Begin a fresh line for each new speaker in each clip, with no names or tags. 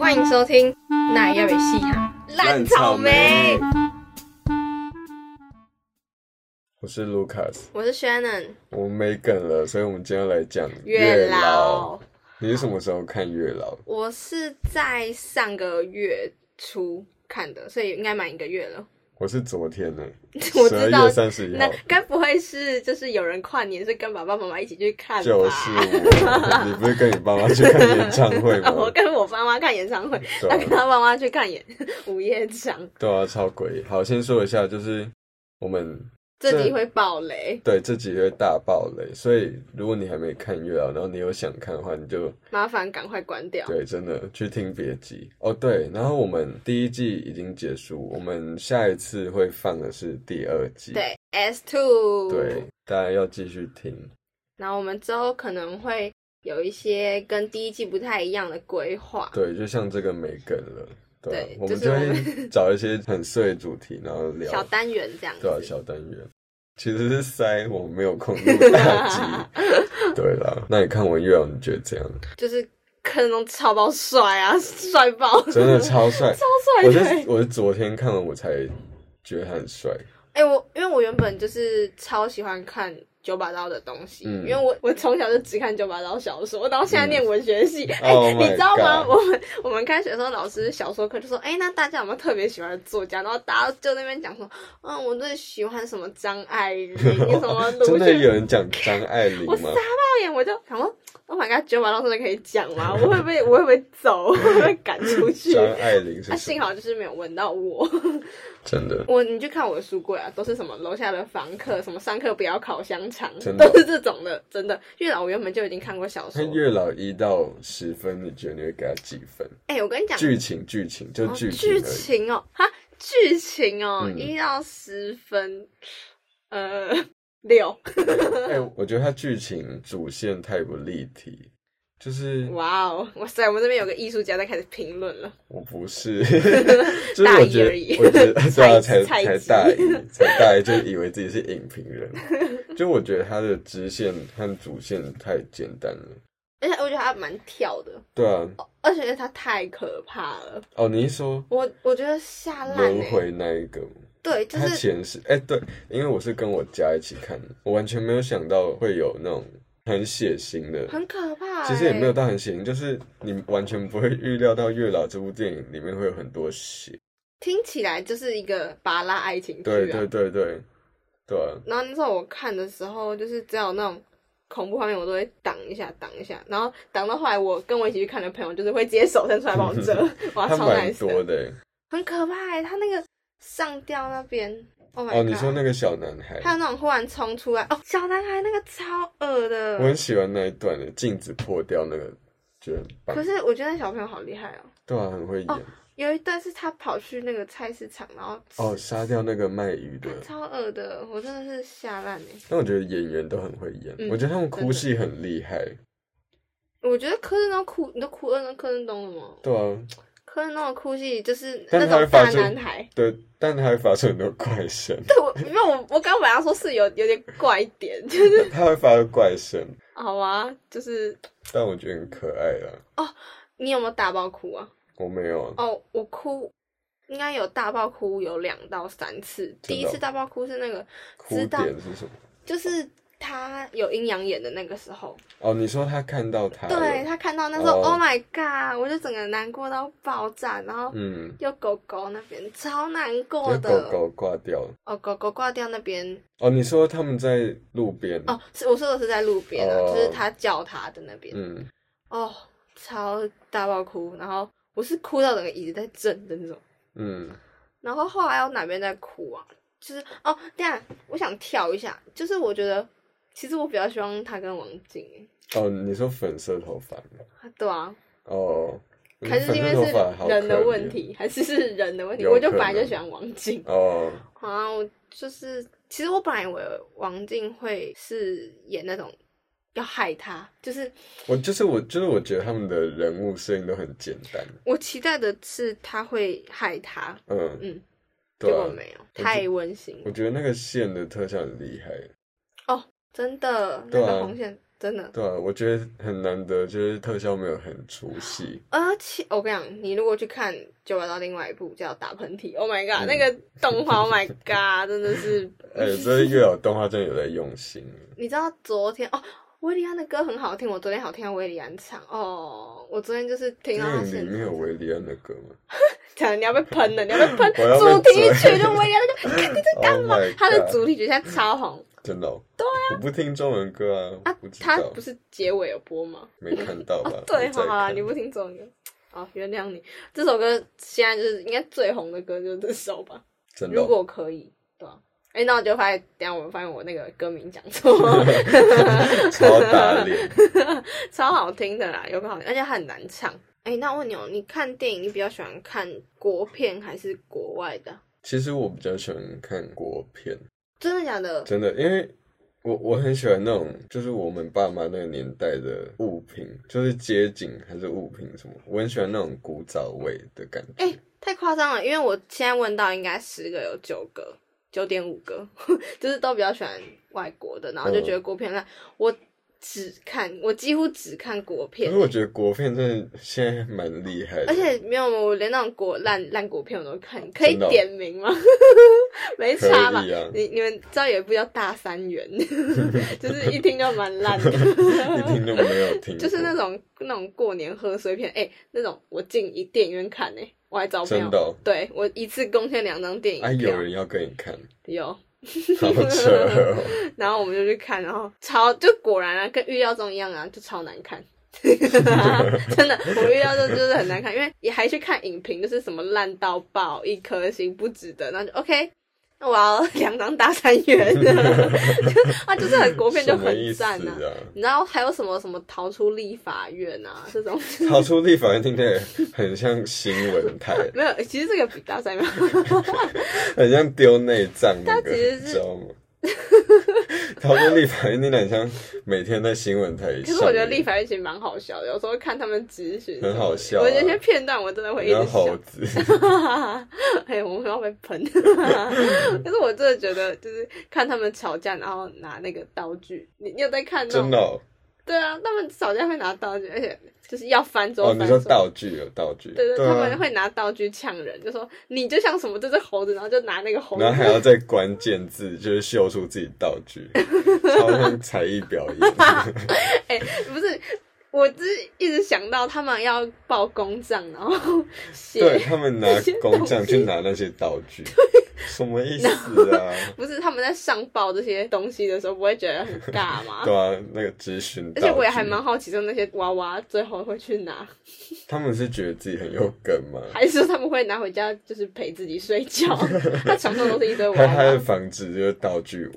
欢迎收听《那要被戏哈烂草莓》，，
我是 Lucas，
我是 Shannon，
我们没梗了，所以我们今天要来讲
月
老。
老，
你是什么时候看月老？
我是在上个月初看的，所以应该满一个月了。
我是昨天呢，
我
十二
知道
月，三十一
那
号，
该不会是就是有人跨年是跟爸爸妈妈一起去看吧？
就是 我。你不是跟你爸妈去看演唱会吗？
我跟我爸妈看演唱会，
对
他跟
啊，
他爸妈去看演 午夜场，
对啊，超诡异。好，先说一下，就是我们
这
这
集会爆雷，
对这集会大爆雷，所以如果你还没看月老，然后你有想看的话，你就
麻烦赶快关掉。
对，真的去听别集哦。对，然后我们第一季已经结束，我们下一次会放的是第二季。
对，S two，
对，大家要继续听。
然后我们之后可能会有一些跟第一季不太一样的规划。
对，就像这个没梗了，对啊、
对
我们
就是
就
我们
会 找一些很碎的主题，然后聊
小单元这样子，
对啊小单元。其实是塞我没 有空录大集，对啦。那你看完月老，你觉得怎样？
就是看中超爆帅啊， 帅爆，
真的超帅，
超
我
帅
是
的欸。
我是昨天看完我才觉得他很帅，
哎、我因为我原本就是超喜欢看九把刀的东西，
嗯
因为我我从小就只看九把刀小说，我到现在念文学系。 哎、
Oh
你
my
知道吗？
God
我们我们开学的时候，老师小说课就说，哎、那大家有没有特别喜欢的作家？然后大家就那边讲说，嗯，我最喜欢什么张爱 玲，什么鲁
真的
迅
有人讲张爱玲
我傻
吗？
爆眼，我就想说，Oh my god，九把刀真的可以讲吗？我会不会，我会不会走？ 我会不会赶出去？
张爱玲
啊，
是谁
幸？好就是没有闻到我。
真的，
我你去看我的书柜啊，都是什么楼下的房客，什么上课不要烤香肠，
真的
都是这种的，真的。月老我原本就已经看过小
他
说，
月老一到十分，你觉得你会给他几分？
哎、我跟你讲，
剧情剧情就
哦
剧情而
剧
已。
情哦，哈，剧情哦，
嗯
一、到十分，呃，六，
哎、我觉得它剧情主线太不立体，就是
哇哦，哇塞，我们这边有个艺术家在开始评论了，
我 不是，就是我觉
大意而已
得，我觉得对啊，
菜菜
才才
鸡
大一，才大一就以为自己是影评人，就我觉得它的支线和主线太简单了。
而且我觉得他蛮跳的，
对啊，
而且他太可怕了，
哦，你一说
我我觉得吓烂、
轮
欸。
回那一个，
对，就
他
是
前世，哎、对，因为我是跟我家一起看的，我完全没有想到会有那种很血腥的，
很可怕、欸。
其实也没有到很血腥，就是你完全不会预料到《月老》这部电影里面会有很多血。
啊听起来就是一个巴拉爱情剧、啊。
对对对对对啊，
然后那时候我看的时候，就是只要有那种恐怖画面，我都会挡一下，挡一下。然后挡到后来，我跟我一起去看的朋友，就是会直接手伸出来帮我 遮，哇，
它
超
蛮
nice
多
的，
的欸。
很可怕、欸。他那个上吊那边，Oh my god！
哦，你说那个小男孩，
还有那种忽然冲出来，哦，小男孩那个超恶的
我。很喜欢那一段的镜子破掉那个，觉得很棒
可。是我觉得那小朋友好厉害哦。
对啊，很会演。
哦有一段是他跑去那个菜市场，然后
哦，杀掉那个卖鱼的，
啊超恶的，我真的是吓烂哎！
但我觉得演员都很会演，
嗯
我觉得他
真
们哭
的
戏很厉害。
我觉得柯震东哭，你都哭二跟柯震东了吗？
对啊，
柯震东的哭戏就是
但
那
是他会
种
发
大
出
男孩。
对，但他还发出很多怪声，
对，我因为我我刚本来要说是有有点怪点，就是
他会发出怪声，
好啊，就是
但我觉得很可爱啦。
你有没有大爆哭啊？
我没有啊，
哦，我哭应该有大爆哭有两到三次，
真
第
的哦
一次大爆哭是那个
哭
知道
点是什么？
就是。他有阴阳眼的那个时候，
哦，你说他看到他了，
对他看到那时候、
啊哦
o h my god！我就整个难过到爆炸，然后
嗯，
又狗狗那边超难过
那
的，
狗狗挂掉了。
哦，狗狗挂掉那边
哦，你说他们在路边，
哦，是我说的是在路边啊，
哦
就是他叫他的那边，
嗯，
哦，超大爆哭，然后我是哭到整个椅子在震的那种，
嗯，
然后后来我哪边在哭啊？就是哦，这样我想跳一下，就是我觉得其实我比较希望他跟王静欸，
哦，你说粉色头发吗
啊对啊，
哦，
还是
粉
因
色
为
头
是
发好
人的
可
问
怜
题，还是是人的问题？
有
我就
可
本来就
能
喜欢王静
哦，
啊，我就是其实我本来以为王静会是演那种要害他，就是
我就是我就是我觉得他们的人物设定都很简单，
我期待的是他会害他，
嗯
嗯，结
对
果
啊，
没有，
就
太温馨了
我觉得那个线的特效很厉害，
哦，真的那
对啊
个红线真的。
对啊，我觉得很难得，就是特效没有很出戏。
而且我跟你讲，你如果去看《九把刀》另外一部叫《打喷嚏》，Oh my god，、
嗯
那个动画，Oh my god，真的是，
哎、这月老动画真的有在用心。
你知道昨天哦，维里安的歌很好听，我昨天好听到维里安唱哦，我昨天就是听到他
电影里
现
面有
场，
维里安的歌吗？
讲你要被喷的，你要被喷，
我要被
主题曲
嘴
就维里安那个， 看你在干嘛
Oh my？
他的
God
主题曲现在超红
真的、哦？对啊，我不听中文歌啊，
啊
我不，知
他
道
不，是结尾有播吗？
没看到吧
哦？，对，
没
好
在
啦，
看
你不听中文歌，哦，原谅你。这首歌现在就是应该最红的歌就是这首吧，
真的
如
哦、
果可以，对吧、哎、那我就发现，等一下我们发现我那个歌名讲错，
超打脸。
超好听的啦，有个好听，而且很难唱。哎、那我问你哦，你看电影你比较喜欢看国片还是国外的？
其实我比较喜欢看国片，
真的假的？
真的，因为我我很喜欢那种，就是我们爸妈那个年代的物品，就是街景还是物品什么，我很喜欢那种古早味的感觉。
哎、太夸张了，因为我现在问到应该十个有九个，九点五个， 就是都比较喜欢外国的，然后就
嗯
觉得国片烂。我只看，我几乎只看国
可
片
是，我觉得国片真的现在蛮厉害的，
而且没有，我连那种国烂烂国片我都看，可以
真的哦
点名吗？ 没
可
差吧？
以啊，
你你们知道有一部叫《大三元》， 就是一听就蛮烂的，
一听就没有听过，
就是那种那种过年贺岁片，哎、那种我进一电影院看哎、我还找票，
真的哦、
对我一次贡献两张电影
哎、
票，
有人要跟你 看，
有
好扯哦、
然后我们就去看，然后超就果然啊，跟预料中一样啊，就超难看。 真的，我预料中就是很难看，因为也还去看影评，就是什么烂到爆，一颗星不值得，那就 OK。那我要 两张大三元， 就啊，就是很 国片就
什么意
很
思
赞啊。你知道还有什么什么逃出立法院啊这种？
逃出立法院听起来很像新 闻台，
没有，其实这个比大三元
很像丢内脏那
它
个，
其实是
你知道吗？逃出立法院听起来很像每天在新闻台上演，
可是我觉得立法院其实蛮好笑的，有时候看他们咨询什么的，
很好笑啊
我有些片段我真的会一
然
直
后
笑。
猴 子，
哎，我们要被 喷。可是我真的觉得，就是看他们吵架，然后拿那个刀具，你你有在看那
真
种？
的哦，
对啊，他们吵架会拿刀具，而且就是要翻桌
哦
翻
你说
桌。
道具有道具，
对对，他们
啊，
会拿刀具呛人，就说你就像什么这只猴子，然后就拿那个猴子
然后还要在关键字就是秀出自己道具，超像才艺表演，
不是，我只是一直想到他们要报公账，然后写，
对他们拿
这些
工匠
东西
去拿那些道具，什么意思啊？
不是他们在上报这些东西的时候，不会觉得很尬 吗？
对啊，那个咨询
而
道具，
且我也还蛮好奇，说那些娃娃最后会去拿，
他们是觉得自己很有梗吗？
还是说他们会拿回家就是陪自己睡 觉？他床上都是一堆娃
还还
娃，
防止这个道具 屋。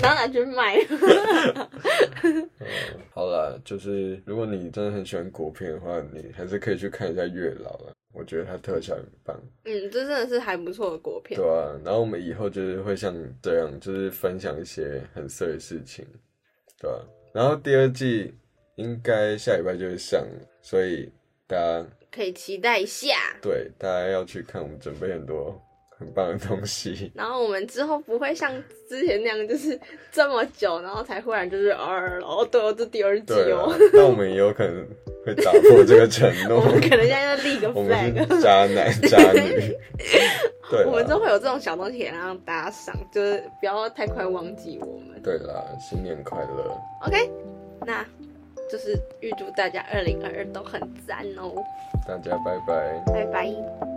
然后拿去卖。
好啦，就是如果你真的很喜欢国片的话，你还是可以去看一下《月老》啦。我觉得它特效很棒，
嗯，这真的是还不错的果片
对。啊。然后我们以后就是会像这样，就是分享一些很色的事情，对啊。然后第二季应该下礼拜就会上了，所以大家
可以期待一下。
对大家要去看，我们准备很多很棒的东 西。
然后我们之后不会像之前那样，就是这么久，然后才忽然就是哦，哦，对哦，这第二季
对
哦
啊，，那我们也有可能会打破这个承
我
诺。
们可能现在就立个
我们
flag。
是渣男渣女，对啊
我们
啦
都会有这种小东西也让大家上，就是不要太快忘记我们。
对啦，新年快乐，
OK，那就是预祝大家二零二二都很赞哦，
大家拜拜。
拜拜。